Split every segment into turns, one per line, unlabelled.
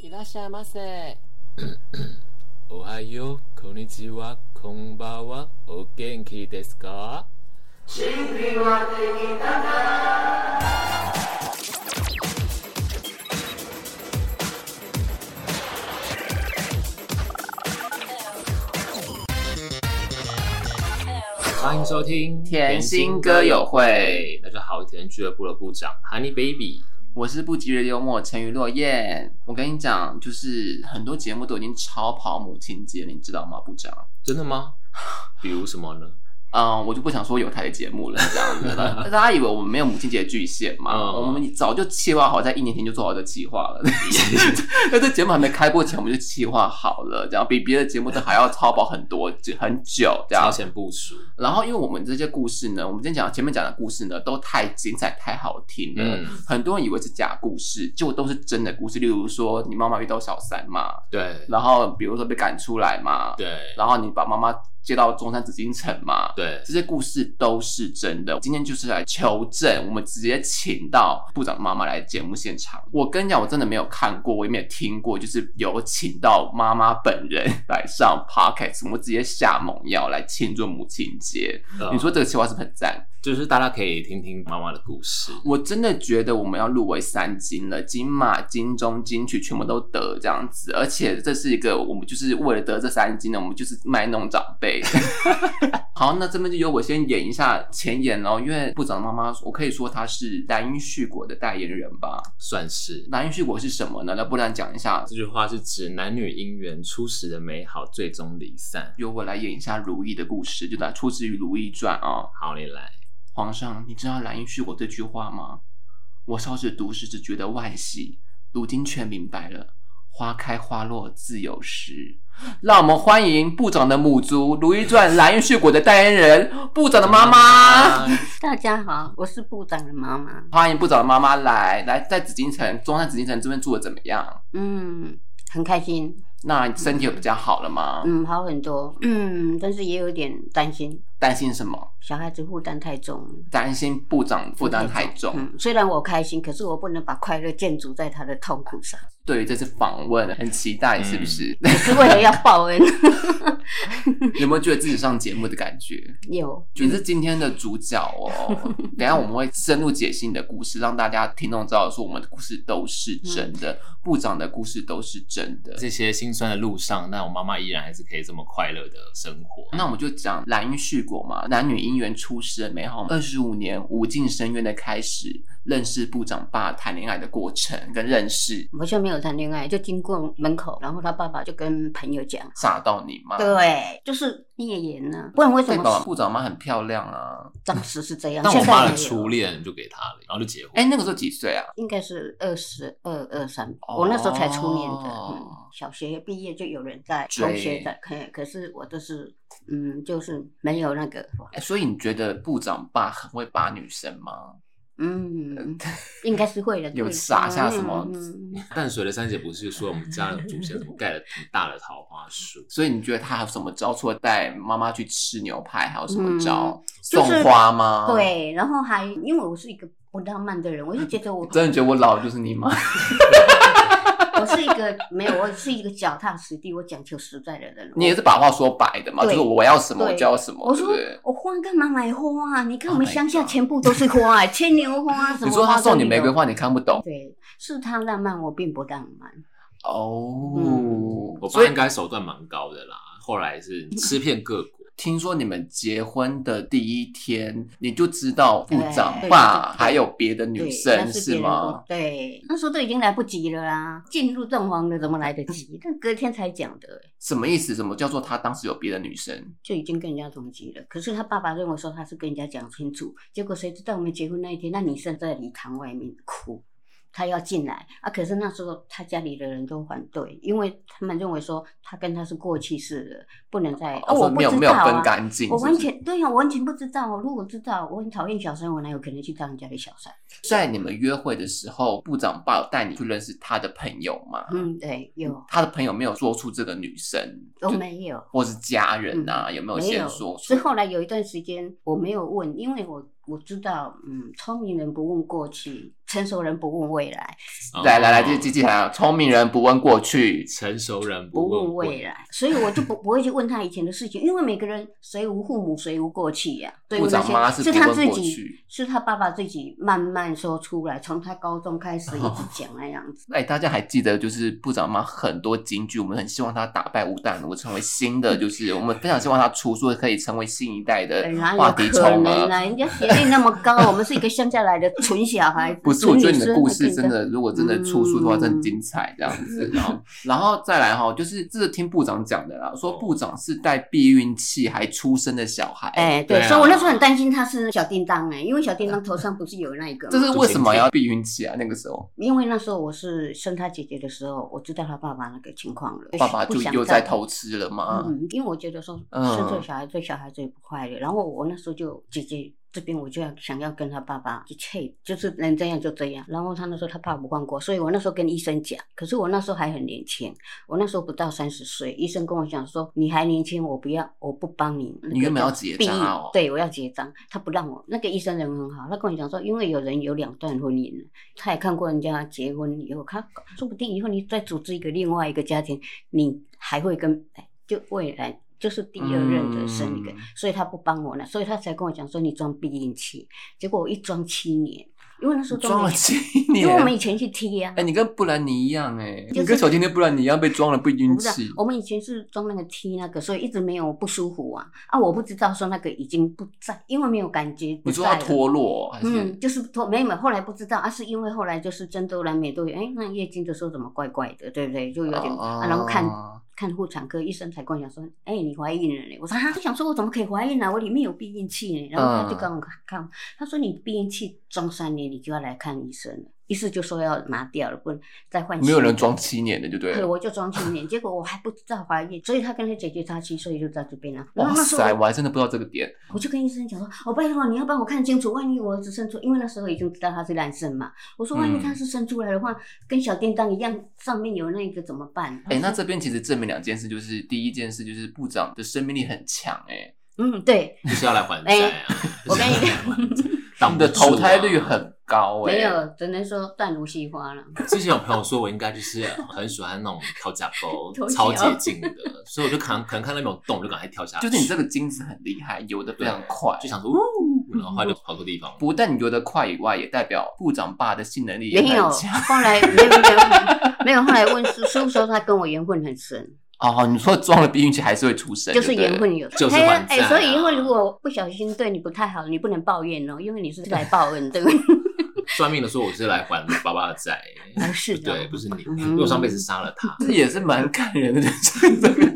いらっしゃいませ。
おはよう、こんにちは、こんばんは、お元気ですか欢迎收听
甜心歌友会
大家好，我是甜心俱乐部的部长 Honey Baby。
我是不急的幽默沉鱼落雁。我跟你讲，就是很多节目都已经超跑母亲节，你知道吗，部长？
真的 吗？比如什么呢？
嗯，我就不想说有台的节目了，这样子了。大家以为我们没有母亲节的巨蟹嘛？
嗯
我们早就计划好，在一年前就做好这计划了。 在这节目还没开播前，我们就计划好了，这样比别的节目都还要超跑很多 很久，这样
超。前部署。
然后，因为我们这些故事呢，我们今天讲前面讲的故事呢，都太精彩、太好听了。
嗯，
很多人以为是假故事，结果都是真的故事。例如说，你妈妈遇到小三嘛，
对
然后比如说被赶出来嘛，
对
然后你把妈妈接到中山紫禁城嘛，
对，
这些故事都是真的。今天就是来求证，我们直接请到部长妈妈来节目现场。我跟你讲，我真的没有看过，我也没有听过，就是有请到妈妈本人来上 podcast，我们直接下猛药来庆祝母亲节。
呃
你说这个计划是不是很赞？
就是大家可以听听妈妈的故事。
我真的觉得我们要入围三金了，金马、金钟、金曲全部都得这样子，而且这是一个我们就是为了得这三金呢，我们就是卖弄长辈。好，那这边就由我先演一下前言哦，因为部长妈妈，我可以说她是蓝茵旭果的代言人吧？
算是
蓝茵旭果是什么呢？那不然讲一下，
这句话是指男女姻缘初始的美好，最终离散。
由我来演一下如懿的故事，就来出自于《如懿传》啊。
好，你来。
皇上，你知道“蓝衣续我”这句话吗？我少时读时只觉得惋惜，如今全明白了。花开花落自有时。让我们欢迎部长的母族《如懿传》蓝衣续果的代言人部长的妈妈。
大家好，我是部长的妈妈。
欢迎部长的妈妈来来，在紫禁城中山紫禁城这边住的怎么样？
嗯，很开心。
那你身体有比较好了吗？
嗯，好很多。嗯，但是也有点担心，
担心什么？
小孩子负担太重，
担心部长负担太重。
嗯，虽然我开心，可是我不能把快乐建筑在他的痛苦上，
对于这次访问很期待，是不是？
是为了要报恩。
有没有觉得自己上节目的感觉？
有，
你是今天的主角哦。等一下我们会深入解析你的故事，让大家听众知道说我们的故事都是真的，部长的故事都是真的。
这些心酸的路上，那我妈妈依然还是可以这么快乐的生活。
那我们就讲蓝玉续果嘛，男女姻缘出世的美好，二十五年无尽深渊的开始，认识部长爸谈恋爱的过程跟认识，
我就没有谈恋爱，就经过门口，然后他爸爸就跟朋友讲，
吓到你吗？
对，就是孽缘呢、不然为什
对吧？
么
部长妈很漂亮啊。
当时是这样？
但
现
我
在
妈
没
的
有
初恋就给她了，然后就结婚。
哎、那个时候几岁啊？
应该是二十二二三，
哦
我那时候才初恋的，嗯，小学毕业就有人在
追
同学在，可可是我就是，嗯，就是没有那个，
哎所以你觉得部长爸很会把女生吗？
嗯，应该是会 的，
呃有
对
撒下什么
嗯嗯嗯
淡水的三姐不是说我们家的祖先怎么盖了很大的桃花树？
所以你觉得他还有什么招？除了带妈妈去吃牛排，还有什么
嗯
招？
就是
送花吗？，
对，然后还因为我是一个不浪漫的人，我就觉得我
真的觉得我老就是 你吗？
我是一个没有，我是一个脚踏实地，我讲求实在的人。
你也是把话说白的嘛，就
对
是我要什么
对
我就要什么，
我
对
说
不对？
我花干嘛买花、啊？你看
Oh
我们
my
乡下
God
全部都是花、欸，牵牛花 什么花都有。
你说他送你玫瑰花，你看不懂
对，是他浪漫，我并不浪漫。
哦。
嗯我爸
所以
应该手段蛮高的啦，后来是吃遍各国。
听说你们结婚的第一天，你就知道部长
对对
爸
对
还有别的女
对，
生
那是别人跟
吗
我？？对，那时候都已经来不及了啦，进入正黄了，怎么来得及？但隔天才讲的、
什么意思？什么叫做他当时有别的女生？
就已经跟人家同居了。可是他爸爸认为说他是跟人家讲清楚，结果谁知道我们结婚那一天，那女生在礼堂外面哭，她要进来啊。可是那时候他家里的人都反对，因为他们认为说他跟他是过去式的，不能再。啊，
哦
我
说
不
没
知
有
道啊。
没有分干净，
我
是不
完
是
全对呀、啊我完全不知道。如果知道，我很讨厌小三，我哪有可能去当人家的小三？
在你们约会的时候，部长爸有带你去认识他的朋友吗？
嗯，对，有，
他的朋友没有说出这个女生，
都
就
没有。嗯
或是家人啊，有没有
没
先
有
说出
是？后来有一段时间我没有问，因为我我知道，嗯，聪明人不问过去，成熟人不问未来，
哦
来来来，这机器人，啊聪明人不问过去，
成熟人
不问
问
未
未来，
来，所以我就不不会去问他以前的事情，因为每个人谁无父母谁无过去呀、对
部
不对
长妈？
是
不
他
问
自
过
己，
去。
是他爸爸自己慢慢说出来，从他高中开始一直讲那样 子。
哎，大家还记得就是部长妈很多金句，我们很希望她打败吴淡如，成为新
嗯
的，就是我们非常希望她出书可以成为新一代的
本来
话
有
题啊
可
宠
能啊
儿。
呢，人家学历那么高，我们是一个乡下来的 纯小孩，
不是，我觉得你
纯女
的
生
故事
会
真
变得
的，如果真的出书的话，
嗯
真的很精彩这样 子。然后，然后再来哈，就是这是听部长讲的啦，说部长是带避孕器还出生的小孩，
哎、对，
对啊
所以我那时候很担心他是小叮当哎、因为小叮当头上不是有那一 个吗，
这是为什么要避孕器啊？那个时候
因为那时候我是生他姐姐的时候，我知道他爸爸那个情况了，
爸爸就
不想
又在
再
偷吃了嘛。
嗯，因为我觉得说
嗯
生错小孩对小孩最不快乐，然后我那时候就姐姐这边我就要想要跟他爸爸就切，就是能这样就这样。然后他那时候他爸不放过，所以我那时候跟医生讲，可是我那时候还很年轻，我那时候不到三十岁，医生跟我讲说你还年轻，我不要，我不帮你。那个
你原本要
叫
结
避
扎
孕
哦
对，我要结扎，他不让我。那个医生人很好，他跟我讲说，因为有人有两段婚姻了，他也看过人家结婚以后，他说不定以后你再组织一个另外一个家庭，你还会跟哎就未来就是第二任的生一个，
嗯
所以他不帮我了，所以他才跟我讲说你装避孕器，结果我一装七年，因为那时候都没
装了七
因为我们以
年，
前去踢啊
哎，，你跟布兰妮一样哎，
是
你跟小甜甜布兰妮一样被装了避
我
孕
不知道
器，
我们以前是装那个 T 那个，所以一直没有不舒服啊啊，我不知道说那个已经不在，因为没有感觉不
你说
在
要
了。
脱落还是
嗯，就是脱没有，后来不知道啊，是因为后来就是针都来美都有，哎，那月经的时候怎么怪怪的，对不对？就有点、
哦
啊，然后看看妇产科医生才跟我讲说，哎，你怀孕了嘞！我说啊，我想说我怎么可以怀孕呢、啊？我里面有避孕器呢。然后他就
嗯
跟我看，他说你避孕器装三年，你就要来看医生了。医师就说要拿掉了，不能再换。
没有人装七年的，就对
对，
了。
我就装七年，结果我还不知道怀孕，所以他跟他姐姐差七岁就在这边了。然
哇
后那时候
塞，我还真的不知道这个点。
我就跟医生讲说，哦，拜托你要帮我看清楚，万一我儿子生出，因为那时候已经知道他是男生嘛，我说万一
嗯
他是生出来的话，跟小叮当一样，上面有那个怎么办？啊
哎、那这边其实证明两件事，就是第一件事就是部长的生命力很强、欸，
嗯，对，
就是要来还债啊！
我跟你
哎，
讲
你的投胎率很
嗯
高、欸，
啊没。有，只能说淡如惜花了。
之前有朋友说我应该就是很喜欢那种掏假包
投，啊降
超捷径的，所以我就可能可能看到那种洞就赶快跳下去。
就是你这个精子很厉害，游得非常快，
就想说，呜，然后后来就跑错地
嗯
方。
不但你游得快以外，也代表部长爸的性能力也
没有，
很强。
后 来没有没有没有，后来问师师傅说他跟我缘分很深，
哦，你说装了避孕器还是会出生，
就是
对
缘
不对。
分有，
就是
哎
还债
哎，
啊
所以因为如果不小心对你不太好，你不能抱怨哦，因为你是来报恩， 对不对？
算命的说我是来还爸爸的债，
哎
啊是的
对，不是你，
嗯
因为我上辈子杀了他。
这也是蛮感人的， 就是这个，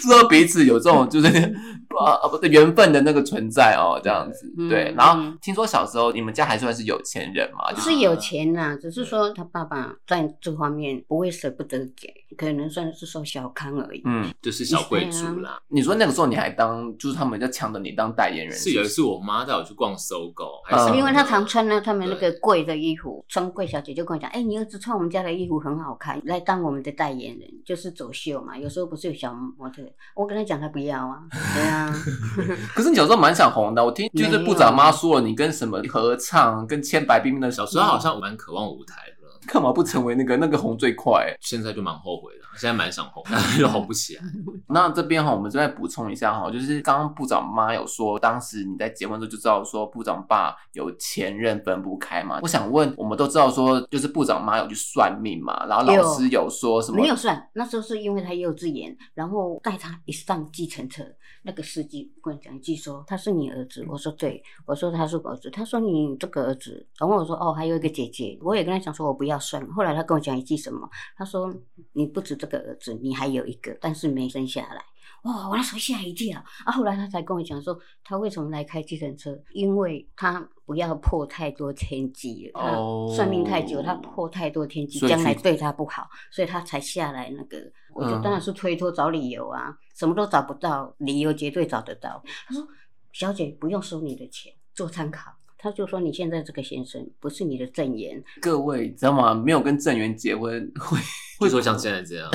知道彼此有这种就是啊啊不对缘分的那个存在哦，这样子
嗯
对。然后听说小时候你们家还算是有钱人嘛，就是
是有钱呐、只是说他爸爸在这方面不会舍不得给，可能算是说小康而已。
嗯，
就是小贵族啦。
你说那个时候你还当，就是他们要抢着你当代
嗯
言人，
是有一次我妈带我去逛搜狗，还
嗯
是
因为他常穿啊了他们那个贵的衣服，穿贵小姐就跟我讲，哎、你儿子穿我们家的衣服很好看，来当我们的代言人，就是走秀嘛。有时候不是有小模特，我跟他讲他不要啊，对啊，
可是你小时候蛮想红的，我听就是部长妈说了，你跟什么合唱、跟千白冰冰的小
小
时
时
候
候
好
好
像
像我蛮渴望舞台的，
干嘛不成为那个那个红最快、
现在就蛮后悔的，现在蛮想红， 但是又红不起来。
那这边哈，我们再补充一下哈，就是刚刚部长妈有说，当时你在结婚的时候就知道说部长爸有前任分不开嘛。我想问，我们都知道说，就是部长妈有去算命嘛，然后老师有说什么？
没有算。那时候是因为他幼稚园，然后带他一上计程车，那个司机跟我讲一句说他是你儿子，我说对，我说他是我儿子，他说你这个儿子，然后我说哦还有一个姐姐，我也跟他讲说我不要算，后来他跟我讲一句什么，他说你不止这个儿子，你还有一个，但是没生下来。哇！我那时候吓一跳啊！后来他才跟我讲说，他为什么来开计程车，因为他不要破太多天机了。他
哦
算命太久，他破太多天机，
所以
将来
去
对他不好，所以他才下来那个。我就
嗯
当然是推脱找理由啊，什么都找不到，理由绝对找得到。他说：“小姐，不用收你的钱，做参考。”他就说你现在这个先生不是你的正 缘，
各位知道吗？没有跟郑源结婚会
就
会
说像现在 这样，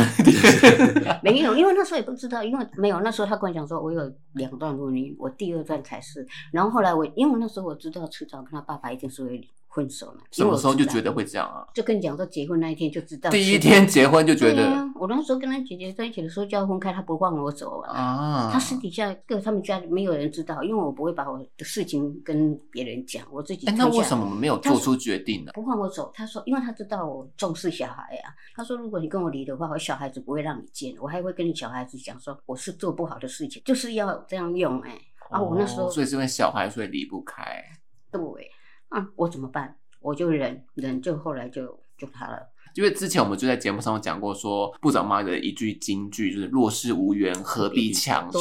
没有，因为那时候也不知道，因为没有那时候他跟我讲说，我有两段婚姻，我第二段才是。然后后来我，因为那时候我知道迟早跟他爸爸一定是会分手嘛，
什么时候就觉得
因为我知道
会这样啊？
就跟你讲说结婚那一天就知道。
第一天结婚就觉
对
得
啊，我那时候跟他姐姐在一起的时候就要分开，他不放我走啊。
啊，
他私底下跟他们家没有人知道，因为我不会把我的事情跟别人讲，我自己
哎、
吞下
那
来。
为什么没有做出决定呢？
不放我走，他说，因为他知道我重视小孩啊。他说，如果你跟我离的话，我小孩子不会让你见，我还会跟你小孩子讲说，我是做不好的事情，就是要这样用哎、啊，我那时候
哦所以是因为小孩，所以离不开。
对啊，我怎么办？我就忍忍，就后来就就他了。
因为之前我们就在节目上有讲过说部长妈的一句金句就是“若是无缘，何必强求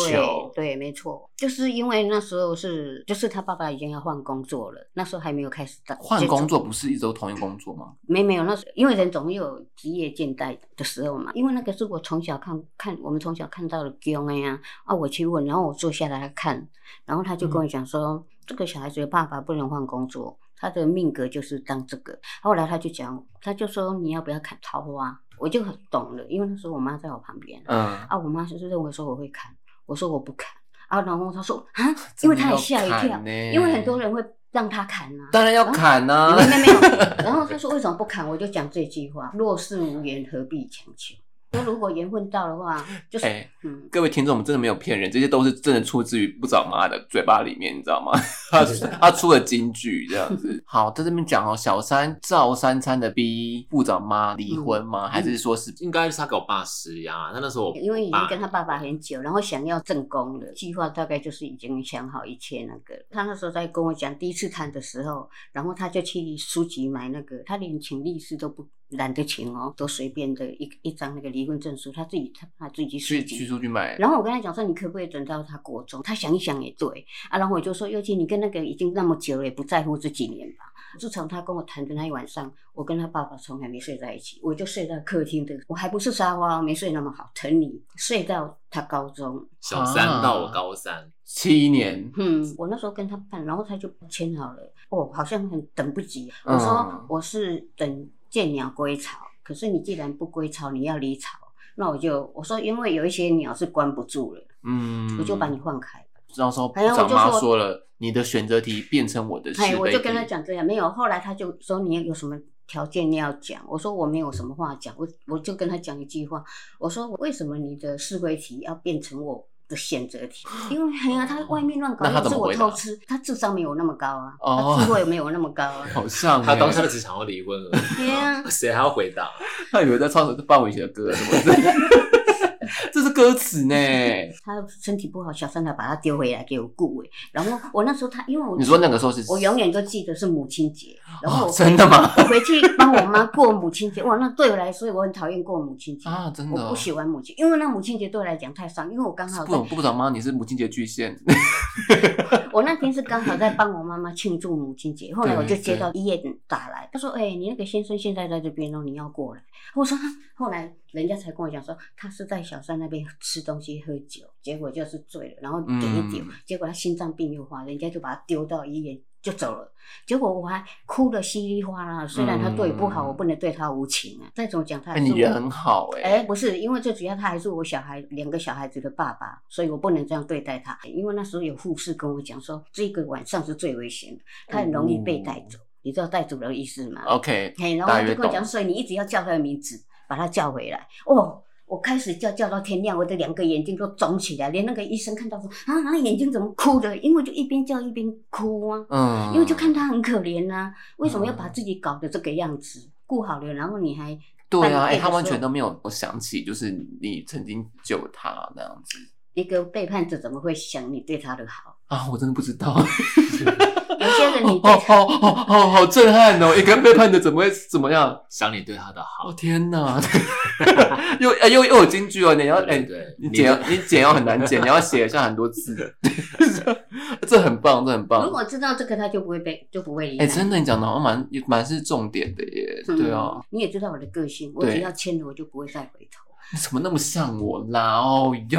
对对，没错，就是因为那时候是，就是他爸爸已经要换工作了，那时候还没有开始”。
换工
作。
作不是一直都同一工作吗？
没没有，那时因为人总会有职业倦怠的时候嘛。因为那个是我从小看看，我们从小看到的姜哎呀啊，我去问，然后我坐下来看，然后他就
嗯
跟我讲说，这个小孩子的爸爸不能换工作，他的命格就是当这个。后来他就讲，他就说你要不要看桃花？我就很懂了，因为那时候我妈在我旁边
嗯，
啊，我妈就是认为说我会看，我说我不看啊，然后她说 啊，因为她也吓一跳，因为很多人会让她看啊。
当然要砍啊
没。有没有。然后他说为什么不砍？我就讲这句话：若是无缘，何必强求？那如果缘分到的话，就是、
哎、
嗯，
各位听众，我们真的没有骗人，这些都是真的出自于部长妈的嘴巴里面，你知 道吗？他他出了金句这样子。好，在这边讲哦，小三赵三餐的逼部长妈离婚吗？还是说是
应该是他给我爸施压。他那时候我
因为已经
啊
爸
跟他爸爸很久，然后想要正宫了，计划大概就是已经想好一切那个。他那时候在跟我讲第一次谈的时候，然后他就去书局买那个，他连请律师都不懒得请哦，都随便的一一张那个离婚证书，他自己他他自己去
去
书
去
局
出去买？
然后我跟他讲说，你可不可以等到他国中？他想一想也对啊。然后我就说，尤其你跟那个已经那么久了，也不在乎这几年吧。自从他跟我谈的那一晚上，我跟他爸爸从来没睡在一起，我就睡在客厅的，我还不是沙发，没睡那么好，疼你，睡到他高中。
小三
啊
到我高三，
七年，
嗯，我那时候跟他办，然后他就签好了。哦，好像很等不及。我
嗯
说我是等见鸟归巢，可是你既然不归巢，你要离巢，那我就我说，因为有一些鸟是关不住了，
嗯，
我就把你换开。
那时候部
哎呀
长妈
我就说
说了，你的选择题变成我的是
哎，
非
我就跟他
题，
讲这样，没有。后来他就说你有什么条件你要讲，我说我没有什么话讲，我我就跟他讲一句话，我说为什么你的是非题要变成我的选择题？因为哎呀，他外面乱搞，
那他
又
怎
是
么
我
回答
偷吃，他智商没有那么高啊，
哦
他智慧没有那么高啊。
好像
他
欸
当下只想要离婚而
对啊
已， 谁还要回答？
他以为在唱范玮琪的歌，什么 的这是歌词 呢。
他身体不好，小三才把他丢回来给我顾哎。然后我那时候他，因为我
你说那个时候是
我永远都记得是母亲节，然后
哦
我、
真的吗？
我回去帮我妈过母亲节，哇，那对我来说我很讨厌过母亲节
啊，真的
我
哦、
不喜欢母亲，因为那母亲节对我来讲太伤，因为我刚好
不懂
在，
不懂吗？你是母亲节巨献，
我那天是刚好在帮我妈妈庆祝母亲节，后来我就接到医院打来，他说：“哎、你那个先生现在在这边哦，你要过来。”我说：“啊后来人家才跟我讲说，他是在小三那边吃东西喝酒，结果就是醉了，然后点一点，
嗯
结果他心脏病又发，人家就把他丢到医院就走了。结果我还哭得稀里哗啦，虽然他对我不好，
嗯
我不能对他无情啊。再怎么讲，他还
哎、
是
你人
我
很好哎、
哎、不是，因为最主要他还是我小孩两个小孩子的爸爸，所以我不能这样对待他。因为那时候有护士跟我讲说，这个晚上是最危险的，他很容易被带走。你知道带走的意思吗？
OK，
嘿，然后
哦大
他就
约
跟我
懂。
讲，所以你一直要叫他的名字，把他叫回来。哦，我开始叫叫到天亮，我的两个眼睛都肿起来，连那个医生看到说啊，那眼睛怎么哭的？因为就一边叫一边哭啊。
嗯，
因为就看他很可怜呐、啊
哦
为什么要把自己搞得这个样子？顾好了，然后你还
对啊，
半
哎、
夜的
他完
时候
全都没有想起，就是你曾经救他那样子
一个背叛者怎么会想你对他的好？
啊，我真的不知道，
有些人 你对
好
他，
好好好好震撼哦！一个背叛的怎么会怎么样？
想你对他的
哦
好，
天哪，又、哎又又有京剧哦，你要哎、
对对，
你剪要你剪要很难剪，你要写下很多字， 这很棒，这很棒
如。果知道这个，他就不会被就不会离
哦哎、
开。
真的，你讲的好像蛮蛮是重点的耶。
嗯
对啊，，
你也知道我的个性，我
对
只要签了，我就不会再回头。
你怎么那么像我啦？哦哟，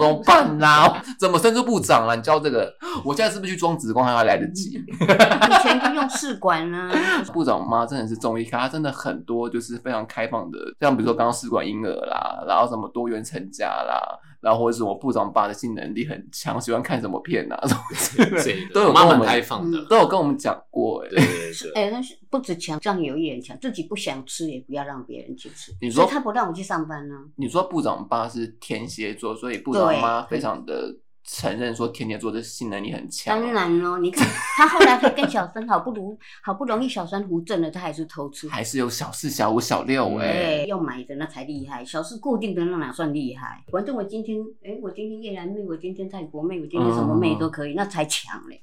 怎么办啦？怎么生出部长啦？你教这个，我现在是不是去装子宫还要来得及？
以前就用试管啊，
部长妈真的是综艺咖，她真的很多就是非常开放的，像比如说刚刚试管婴儿啦，然后什么多元成家啦，然后或者是我部长爸的性能力很强，喜欢看什么片啊，什么之类的
这个
都有跟
妈
我
蛮
们
开放的，
都有跟我们讲过、欸。
对对对，
哎、但是不止强，占有欲很强，自己不想吃也不要让别人去吃。
你说
所以他不让我去上班呢、啊
你说部长爸是天蝎座，所以部长妈非常的承认说天蝎座的性能力很强。哦
当然咯、你看他后来他跟小三好不如好不容易小三扶正了，他还是偷吃。
还是有小四、小五、小六哎、
哎，要买的那才厉害，小事固定的那哪算厉害？反正我今天，哎、我今天越南妹，我今天泰国妹，我今天什么妹都可以，那才强嘞。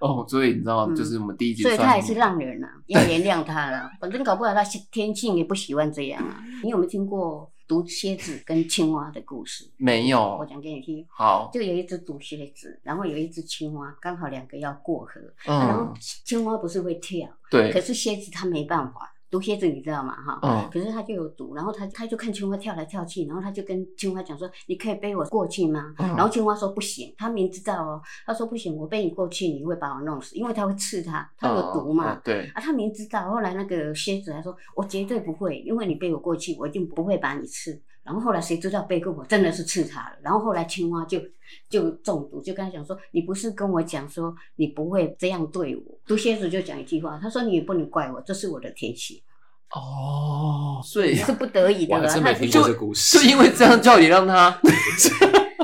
哦，所以你知道，
嗯
就是我们第一集
所
算，
以他还是让人啊， 要原谅他了。反正搞不好他天性也不喜欢这样啊。你有没有听过毒蝎子跟青蛙的故事？
没有
我讲给你听。
好，
就有一只毒蝎子，然后有一只青蛙，刚好两个要过河，啊然后
嗯，
青蛙不是会跳，可
对，
是蝎子它没办法，毒蝎子你知道吗？哈、
嗯，
可是它就有毒，然后它它就看青蛙跳来跳去，然后它就跟青蛙讲说：“你可以背我过去吗？”
然
然后青蛙说：“不行。”它明知道哦，它说：“不行，我背你过去，你会把我弄死，因为它会刺它，它有毒嘛。
嗯对，
啊，他明知道，后来那个蝎子还说：“我绝对不会，因为你背我过去，我一定不会把你刺。”然后后来谁知道背过我真的是刺他了。然后后来青蛙就就中毒，就跟他讲说：“你不是跟我讲说你不会这样对我？”毒蝎子就讲一句话，他说：“你也不能怪我，这是我的天性，
哦，所以
是不得已
我
的了。”
还真
他
没
已
听
经
过这故事，
就因为这样叫你让他，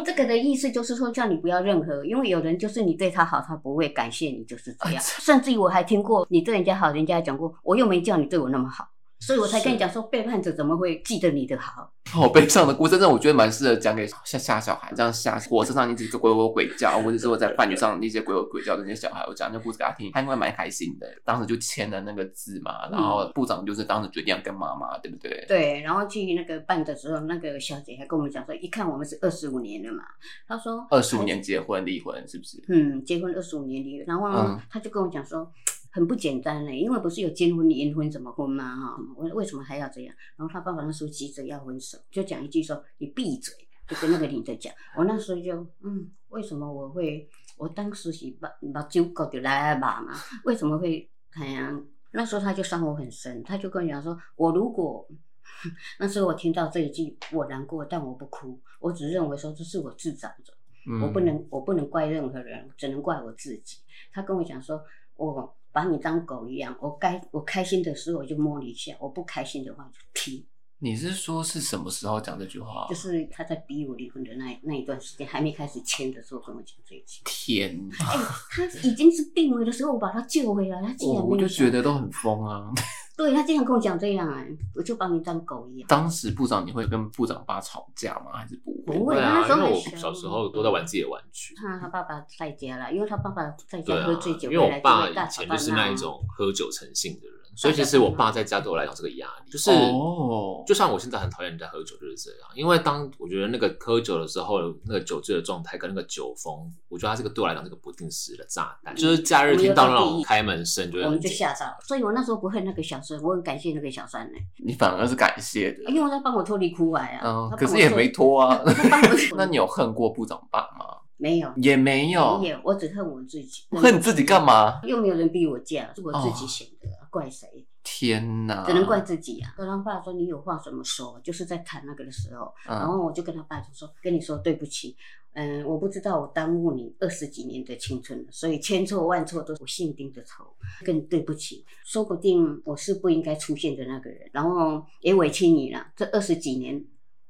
这个的意思就是说，叫你不要任何，因为有人就是你对他好，他不会感谢你，就是
啊
这样。甚至于我还听过，你对人家好，人家还讲过，我又没叫你对我那么好，所以我才跟你讲说，背叛者怎么会记得你的好？
好哦悲伤的故事，真的我觉得蛮适合讲给 吓吓小孩，这样吓火车上一直鬼吼鬼叫，或者是我在饭局上那些鬼吼鬼叫的那些小孩，我讲这故事给他听，他应该蛮开心的。当时就签了那个字嘛，然后部长就是当时决定要跟妈妈，对不对？
嗯对，然后去那个办的时候，那个小姐还跟我们讲说，一看我们是二十五年了嘛，她说
二十五年结婚离婚是不是？
嗯，结婚二十五年离，然后
嗯
他就跟我讲说，很不简单嘞，因为不是有监婚、离婚、怎么婚吗？哈，我为什么还要这样？然后他爸爸那时候急着要分手，就讲一句说：“你闭嘴。”就跟那个女的讲， 我那时候就嗯，为什么我会？我当时是把把酒搞就来吧嘛，为什么会？哎呀，那时候他就伤我很深，他就跟我讲说，我如果 那时候我听到这一句，我难过，但我不哭，我只认为说这是我自找的。我
嗯
不能，我不能怪任何人，只能怪我自己。他跟我讲说，我把你当狗一样，我该我开心的时候我就摸你一下，我不开心的话就踢。
你是说是什么时候讲这句话？
就是他在逼我离婚的那那一段时间，还没开始签的时候跟我讲这一句。
天，
哎、他已经是病危的时候，我把他救回来，他竟
哦
我
然没
哦我
有
就
想
觉，得都很疯啊。
对他竟然跟我讲这样哎、我就把你当狗一样。
当时部长你会跟部长爸吵架吗？还是不会？
不会
对
那
啊，
时
因
候
为
很
我
小
小时候都在玩自己的玩具，
他他爸爸在家了，因为他爸爸在
对
家
啊
喝醉，酒
因
回
为
来
我
就
爸
会
以
大吵
前
大啊
就是那一
闹
种喝酒成性的人，所以其实我
啊
爸在家对我来讲是个压力，就是。
哦
就像我现在很讨厌人家喝酒，就是这样。因为当我觉得那个喝酒的时候，那个酒醉的状态跟那个酒疯，我觉得它这个对我来讲是个不定时的炸
嗯
弹。就是假日听到那种开门声，就会
我
很
们就
紧张
吓到了。所以我那时候不恨那个小三，我很感谢那个小三呢、
你反而是感谢的，
因为他帮我脱离苦海啊。
嗯，
他帮我
可是也
脱
没拖啊。
他帮我
那你有恨过部长爸吗？
没有？
也没有，
没有，我只恨我自己。
恨你自己干？嘛？哦
又没有人逼我嫁，是我自己选的啊，怪谁？
天哪！
只能怪自己啊。跟他爸说你有话怎么说，就是在谈那个的时候，然
嗯，
后我就跟他爸就说，跟你说对不起。嗯，我不知道我耽误你二十几年的青春了，所以千错万错都是我姓丁的错，更对不起，说不定我是不应该出现的那个人，然后也委屈你了，这二十几年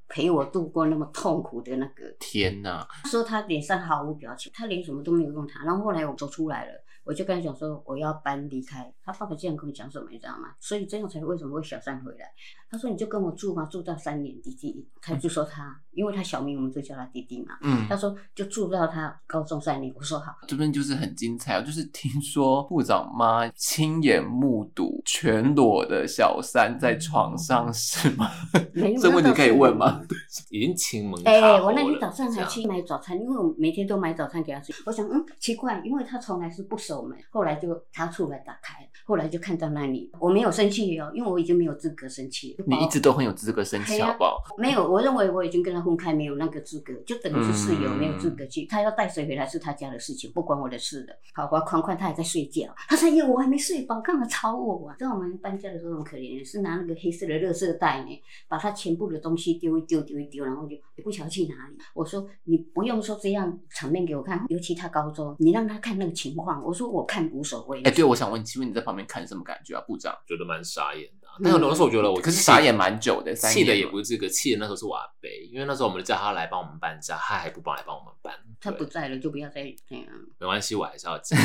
陪我度过那么痛苦的那个
天哪！
说他脸上毫无表情，他连什么都没有用他。然后后来我走出来了，我就跟他讲说我要搬离开。他爸爸竟然跟我讲什么，你知道吗？所以这样才为什么会小三回来。他说你就跟我住吧，住到三年弟弟。他就说他，因为他小名我们都叫他弟弟嘛。
嗯
他，说就住到他高中三年。我说好，
这边就是很精彩哦，就是 听说部长妈亲眼目睹全裸的小三在床上，是吗？
嗯 没有
这问题可以问吗？
已经亲门
哎、
卡喉
我
了
那天早上还
这样
去买早餐，因为我每天都买早餐给他吃。我想，嗯，奇怪，因为他从来是不守守门，后来就他出来打开，后来就看到那里，我没有生气哦，因为我已经没有资格生气了。
你一直都很有资格生
哎
气，
呀
好不好？
没有，我认为我已经跟他分开，没有那个资格，就等于是室友，
嗯
没有资格去。他要带谁回来是他家的事情，不关我的事的。好，我款款他还在睡觉，他说：“耶，我还没睡饱，干嘛吵我啊？”知道我们搬家的时候很可怜，是拿那个黑色的垃圾袋呢，把他全部的东西丢一丢，丢一丢，然后就哎不晓得去哪里。我说：“你不用说这样场面给我看，尤其他高中，你让他看那个情况。”我说：“我看无所谓。”
哎、对，我想问，请问你在旁边看什么感觉啊，部长？
觉得蛮傻眼的啊。
嗯
但有那时候我觉得我
可是
气
傻眼蛮久的，三
气的
年
也
了
不是这个，气的那时候是我阿伯，因为那时候我们叫他来帮我们搬家，他还不帮来帮我们搬，
他
对
不在了，就不要再哎这样。
没关系，我还是要 讲。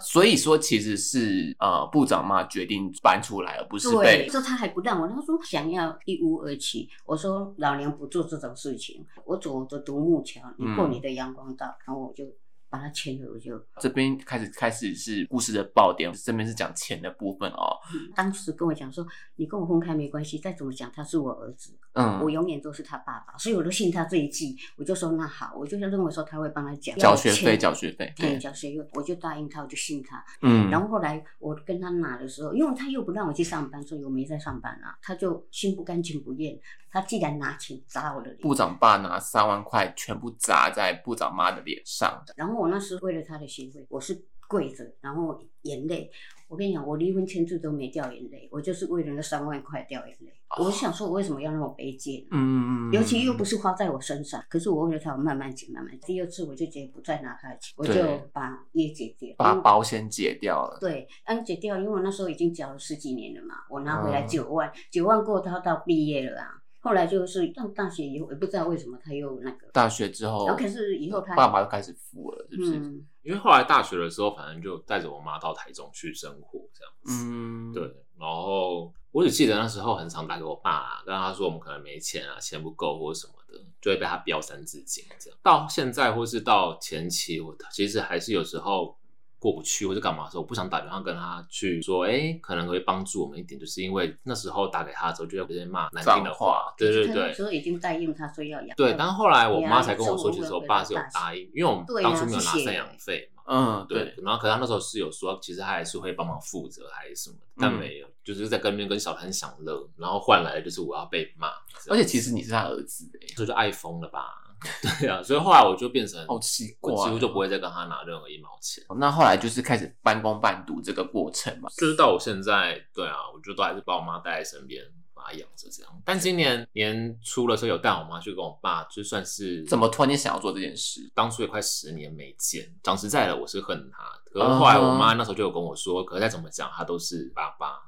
所以说其实是呃部长嘛决定搬出来，而不是
对，
被
说他还不让我，他说想要一屋而起。我说老娘不做这种事情，我走我的独木桥，你
嗯
过你的阳光道，然后我就把他牵了，我就
这边开始开始是故事的爆点，这边是讲钱的部分哦。
嗯当时跟我讲说，你跟我分开没关系，再怎么讲他是我儿子，我
嗯，
永远都是他爸爸，所以我都信他这一季。我就说那好，我就是认为说他会帮他讲
缴学费，
要
缴学费，
钱对
对，
缴学费，我就答应他，我就信他。
嗯，
然后后来我跟他拿的时候，因为他又不让我去上班，所以我没在上班啊，他就心不甘情不愿，他既然拿钱砸我的脸，
部长爸拿三万块全部砸在部长妈的脸上，
然后我那时为了他的行为，我是跪着，然后眼泪。我跟你讲，我离婚签字都没掉眼泪，我就是为了那三万块掉眼泪。
哦
我想说，我为什么要那么卑贱？啊
嗯，
尤其又不
是
是花在我身上，可是我为了他，我慢慢减，慢慢减。第二次我就觉得不再拿他的钱，我就
对
把业解掉。
把保险解掉了，
对，安解掉，因为我那时候已经缴了十几年了嘛，我拿回来
嗯
九万，九、万过他到毕业了啊。后来就是到大学以后，也不知道为什么他又那个，
大学之后，
然后可是以后他
爸爸又开始付了，是不是？
嗯，
因为后来大学的时候，反正就带着我妈到台中去生活，这样子。
嗯，
对，，然后我只记得那时候很常打给我爸、啊，跟他说我们可能没钱啊，钱不够或者什么的，就会被他飙三字经这样。到现在或是到前期，我其实还是有时候过不去或者干嘛的时候，我不想打电话跟他去说，哎、可能会帮助我们一点，就是因为那时候打给他的时候，就会有些骂难听的
脏话
对对
他那
对
时。候已经答应他说要养，
对，但后来我
对啊
妈才跟我
生活
说，其
会
实我
回
爸
到
是有
大
答
学
应，因为我们
对
当
啊
初没有
是
拿
谢
赡
的
养费嘛。
嗯，
对
对，，
然后可他那时候是有说，其实他还是会帮忙负责还是什么的，但
嗯
没有，就是在跟那边跟小谭享乐，然后换来的就是我要被骂，
而且其实你是他儿子，哎，
这就爱疯了吧？ 对啊，所以后来我就变成，
好奇怪
我
哦，
几乎就不会再跟他拿任何一毛钱，
那后来就是开始半工半读这个过程嘛，
就是到我现在，对啊，我就都还是把我妈带在身边，把她养着这样。但今年年初的时候有带我妈去跟我爸，就算是
怎么突然间想要做这件事？
当初也快十年没见，讲实在的，我是恨他的。可是后来我
哦
妈那时候就有跟我说，可是再怎么讲，他都是爸爸。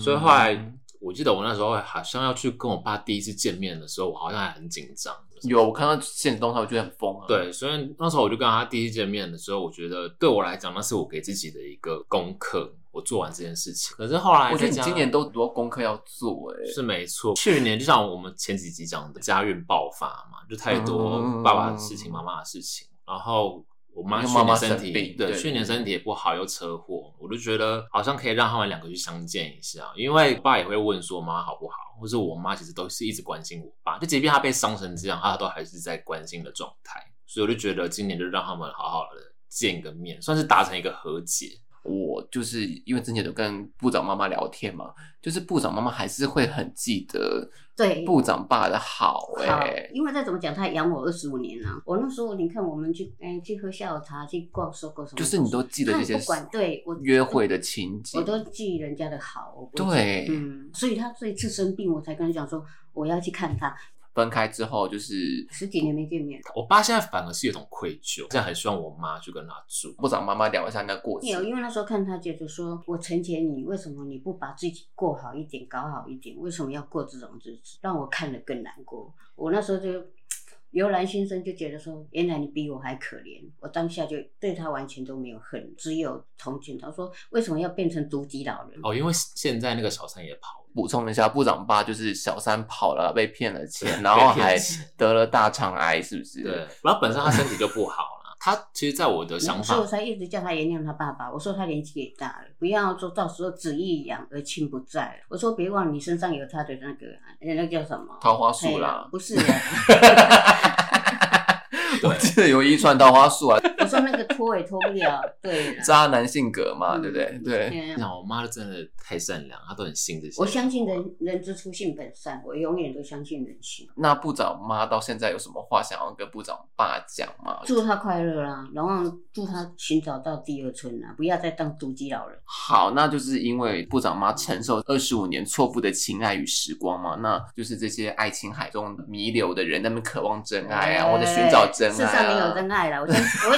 所以后来
嗯
我记得我那时候好像要去跟我爸第一次见面的时候，我好像还很紧张。
有我看到现实动态，我觉得很疯啊，，
对，所以那时候我就跟他第一次见面的时候，我觉得对我来讲，那是我给自己的一个功课，我做完这件事情。可是后来
我觉得你
再加
今年都很多功课要做，哎，
是没错，去年就像我们前几集讲的，家运爆发嘛，就太多
嗯
爸爸的事情、妈妈的事情，然后。我妈
因为
去
妈妈
年身
生
体
病
对，
对
去年身体也不好，又车祸，我就觉得好像可以让他们两个去相见一下，因为我爸也会问说妈妈好不好，或者我妈其实都是一直关心我爸，就即便他被伤成这样，他都还是在关心的状态，所以我就觉得今年就让他们好好的见个面，算是达成一个和解。
我就是因为之前有跟部长妈妈聊天嘛，就是部长妈妈还是会很记得
对，
部长爸的好哎、
好，因为再怎么讲，他也养我二十五年了、我那时候你看，我们去哎、去喝下午茶，去逛收购什么，
就是你都记得这
他
些
不管对我
约会的情景，
我都记人家的好，我不记
对
嗯，所以他这一次生病，我才跟他讲说我要去看他，
分开之后就是
十几年没见面。
我爸现在反而是有种愧疚，现在很希望我妈去跟他住，
部长妈妈聊一下那个过程，
有，因为那时候看他姐就说：“我成全你，为什么你不把自己过好一点，搞好一点？为什么要过这种日子？让我看了更难过。”我那时候就油然心生，就觉得说，原来你比我还可怜。我当下就对他完全都没有恨，只有同情。他说：“为什么要变成独居老人？”
哦，因为现在那个小三也跑了，
补充一下，部长爸就是小三跑了，被骗了钱，
对
然后
被骗
还
钱
得了大肠癌，是不是？
对，，然后本身他身体就不好了，他其实在我的想
所以我
法，
才一直叫他原谅他爸爸。我说他年纪也大了，不要说到时候子欲养而亲不在了。我说别忘了你身上有他的那个，呃那个叫什么？
桃花树
哎呀
啦，
不是啊。
我记得有遗传桃花树啊。
我说那个脱也脱不了，对啦。
渣男性格嘛，
嗯
对不对？对，
对啊
那我妈真的太善良，她都很信这些。
我相信人人之初性本善，我永远都相信人性。
那部长妈到现在有什么话想要跟部长爸讲吗？
祝他快乐啦，然后祝他寻找到第二春啊啦，不要再当独居老人。
好，那就是因为部长妈承受二十五年错付的情爱与时光嘛，那就是这些爱情海中弥留的人，他们渴望真爱啊，或者寻找
哎
真
世
爱
上没有
啊。
真爱了，我相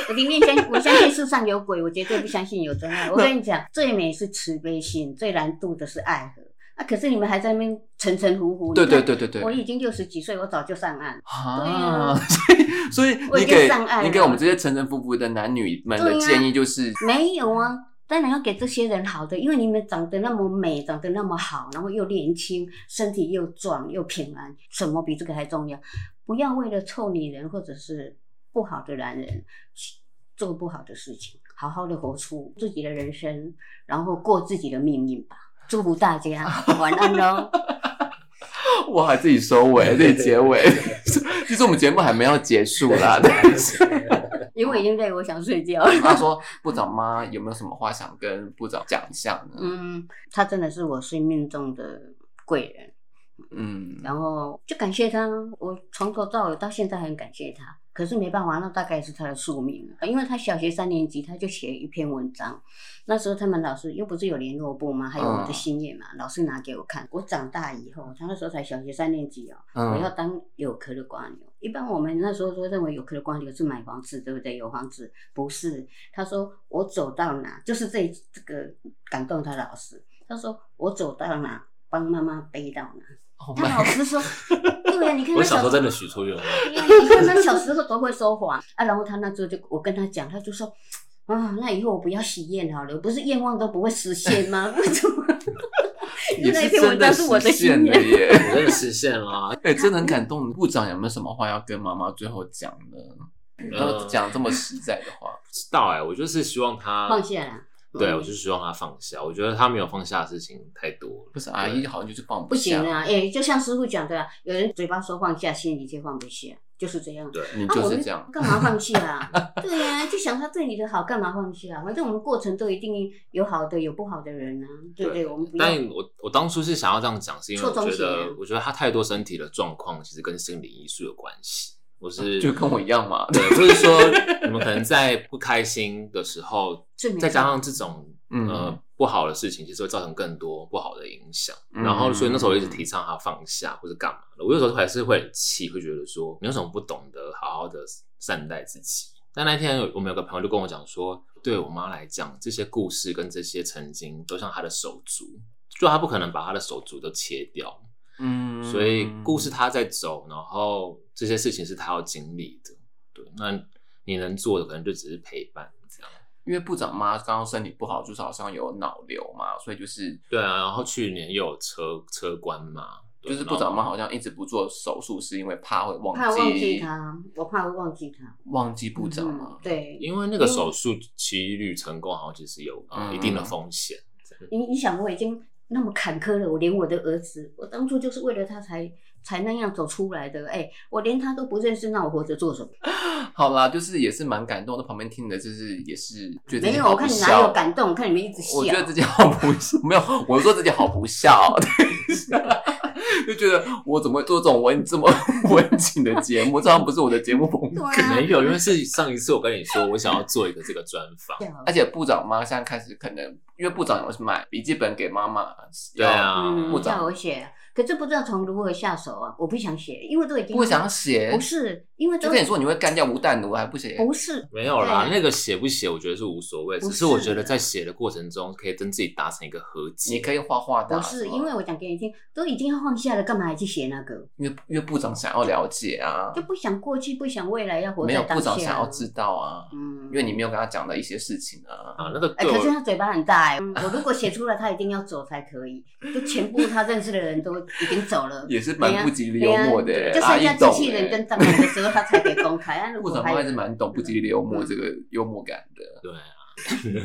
我里面相我相信世上有鬼，我绝对不相信有真爱。我跟你讲，最美是慈悲心，最难度的是爱河。啊，可是你们还在那边沉沉浮浮。
对
你看
对对对对
我已经六十几岁，我早就上岸了。
啊，
对
所以所以
我已
你
经
给
上岸
你
了
给我们这些沉沉浮浮的男女们的
对啊
建议就是，
没有啊，当然要给这些人好的，因为你们长得那么美，长得那么好，然后又年轻，身体又壮又平安，什么比这个还重要？不要为了臭女人或者是不好的男人去做不好的事情，好好的活出自己的人生，然后过自己的命运吧。祝福大家晚安喽！
哇，自己收尾，自己结尾。 其实我们节目还没有结束啦。
因为已经累，我想睡觉了。
他说部长妈有没有什么话想跟部长讲一下呢？
嗯，他真的是我生命中的贵人。
嗯，
然后就感谢他，我从头到尾到现在还很感谢他。可是没办法，那大概是他的宿命了，因为他小学三年级他就写一篇文章，那时候他们老师又不是有联络簿吗？还有我的心愿嘛，老师拿给我看。我长大以后，他那时候才小学三年级哦，我要
嗯，
当有壳的瓜牛。一般我们那时候都认为有壳的瓜牛是买房子，对不对？有房子不是？他说我走到哪，就是这一这个感动他老师。他说我走到哪，帮妈妈背到哪。
Oh
他
my
老师 说，对啊呀、你看
我
他
小时候真的许
出。
出愿望，
你看他小时候多会说谎啊！然后他那时候就我跟他讲，他就说。啊，那以后我不要许愿好了，不是愿望都不会实现吗？ 为什么？
也
那
是
一篇
真
文
的
章是我
实
的
现
心
了
愿。
耶。
我真的实现了。啊
哎、真的很感动。部长有没有什么话要跟妈妈最后讲呢？都
呃
嗯
讲这么实在的话，
不知道哎、我就是希望她
放下啦。
对，
嗯
我就是希望她放下。我觉得她没有放下的事情太多了。
不是阿姨好像就是放
不
下
行，啊！哎、就像师傅讲的啊，有人嘴巴说放下，心里却放不下，就是这样。
对，
你
啊，
嗯就
我
是
们
这样。
干嘛放弃 啊？对呀、就想他对你的好，干嘛放弃啊？反正我们过程都一定有好的，有不好的人啊，对不对？我们不要
但我我当初是想要这样讲，是因为我
错综
觉
协啊
得，我觉得他太多身体的状况，其实跟心理因素有关系。我是
就跟我一样嘛
对，就是说你们可能在不开心的时候
最，美
再加上这种
嗯
呃不好的事情，其实会造成更多不好的影响。
嗯
然后，所以那时候我一直提倡他放下或者干嘛的。我有时候还是会很气，会觉得说你为什么不懂得好好的善待自己？但那天有我们有个朋友就跟我讲说，对我妈来讲，这些故事跟这些曾经都像她的手足，就她不可能把她的手足都切掉，
嗯
所以故事她在走，然后这些事情是她要经历的。对，那你能做的可能就只是陪伴这样。
因为部长妈刚刚身体不好，就是好像有脑瘤嘛，所以就是
对啊，然后去年又有车车关嘛，对
就是部长妈好像一直不做手术，是因为怕会忘记
怕忘记他，我怕会忘记他。
忘记部长
嗯
嘛。，
对，
因为那个手术几率成功，好像其实有呃
嗯
一定的风 险。
你你想，我已经那么坎坷了，我连我的儿子，我当初就是为了他才才那样走出来的。哎、我连他都不认识，那我活着做什么？
好啦，就是也是蛮感动的，旁边听的就是也是觉得自
没
己
有，
好
我
不
看你哪有
孝
感动，啊我看你们一直笑。
我觉得自己好不孝，没有，我说自己好不孝， 就觉得我怎么会做这种文这么 文静的节目？这好像不是我的节目风格。
对啊，
没有，因为 是上一次我跟你说，我想要做一个这个专访。
而且部长妈现在开始可能，因为部长有买笔记本给妈妈，
对啊，
嗯，
部
我
长
叫我写，可是不知道从如何下手啊！我不想写，因为都已经
不想写，
不是因为
就
都
跟你说你会干掉吴淡如还不写，
不是
没有啦，
对啊
那个写不写，我觉得是无所谓，
不
只
是
是我觉得在写的过程中，可以跟自己达成一个和解。
你可以画画的啊
不
什么，
是，因为我讲给你听，都已经要放下了，干嘛还去写那个？
因为因为部长想要了解啊
就，不想过去，不想未来，要活
没
在
有
当
部
下。
长想要知道啊，
嗯，
因为你没有跟他讲的一些事情啊。
啊，那个
哎、
对我
可是他嘴巴很大哎、我如果 写出来，他一定要走才可以。就全部他认识的人都已经走了， 啊
也是蛮不吉利幽默的、欸，
就
阿
剩
姨
下机
懂
器
欸
人跟蟑 螂的时候，他才可以公开。啊，如
部
果
长
还嗯
妈
有
还是蛮懂不吉利幽默这个幽默感的。
对啊，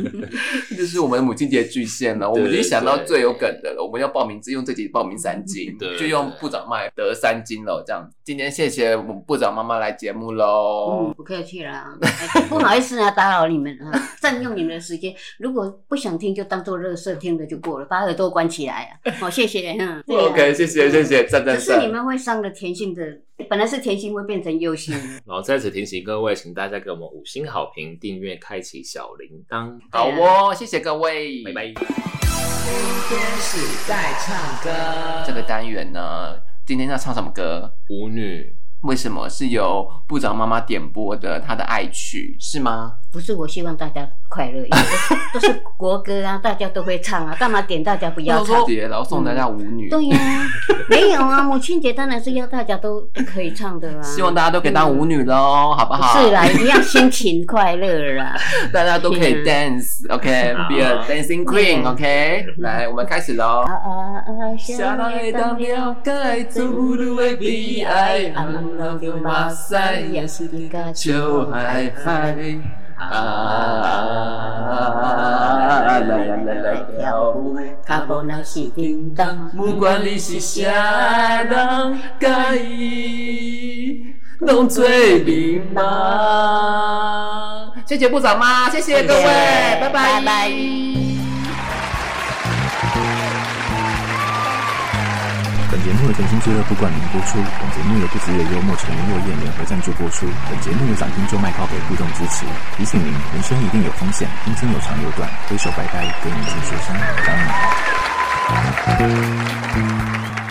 这就是我们母亲节巨献了。我们已经想到最有梗的了，我们要报名字，用这集报名三金
对，
就用部长麦得三金了。这样，今天谢谢我们部长妈妈来节目喽
嗯，。不客气啦，哎不好意思啊，打扰你们 啊，占用你们的时间。如果不想听，就当做热色听了就过了，把耳朵关起来啊。 好、谢谢。嗯、对啊
OK，谢谢谢谢，赞
可
赞
是你
赞。
们会伤了甜心的，本来是甜心会变成忧心的。
然后在此提醒各位，请大家给我们五星好评、订阅、开启小铃铛，
好哦，谢谢各位，
啊拜。拜。
这个单元呢，今天要唱什么歌？
舞女，
为什么是由部长妈妈点播的她的爱曲是吗？
不是我希望大家快乐，因为 都都是国歌啊，大家都会唱啊，干嘛点大家不要唱？
碟，然后送大家舞女。
对呀、没有啊，母亲节当然是要大家都可以唱的啊。
希望大家都可以当舞女喽，好不
不
好？
嗯是啦，一样心情快乐 啦。
大家都可
嗯
以 dance，OK，be a
好
dancing queen，OK。来，我们开始喽
啊。啊啊！
想到你当了解，做不如为悲哀，阿拉的马赛也是你个秋海海。啊来来来来跳舞，
卡波那是叮当，
不管你是啥人介意，拢做迷茫。谢谢部长妈，谢谢各位，
谢谢
拜
拜
拜
拜
本节目由甜心俱乐部冠名播出。本节目由不只有幽默陈林落叶联合赞助播出。本节目由掌心做卖靠北互动支持。提醒您，人生一定有风险，人生有长有短，挥手拜拜，跟你说说声，当你好。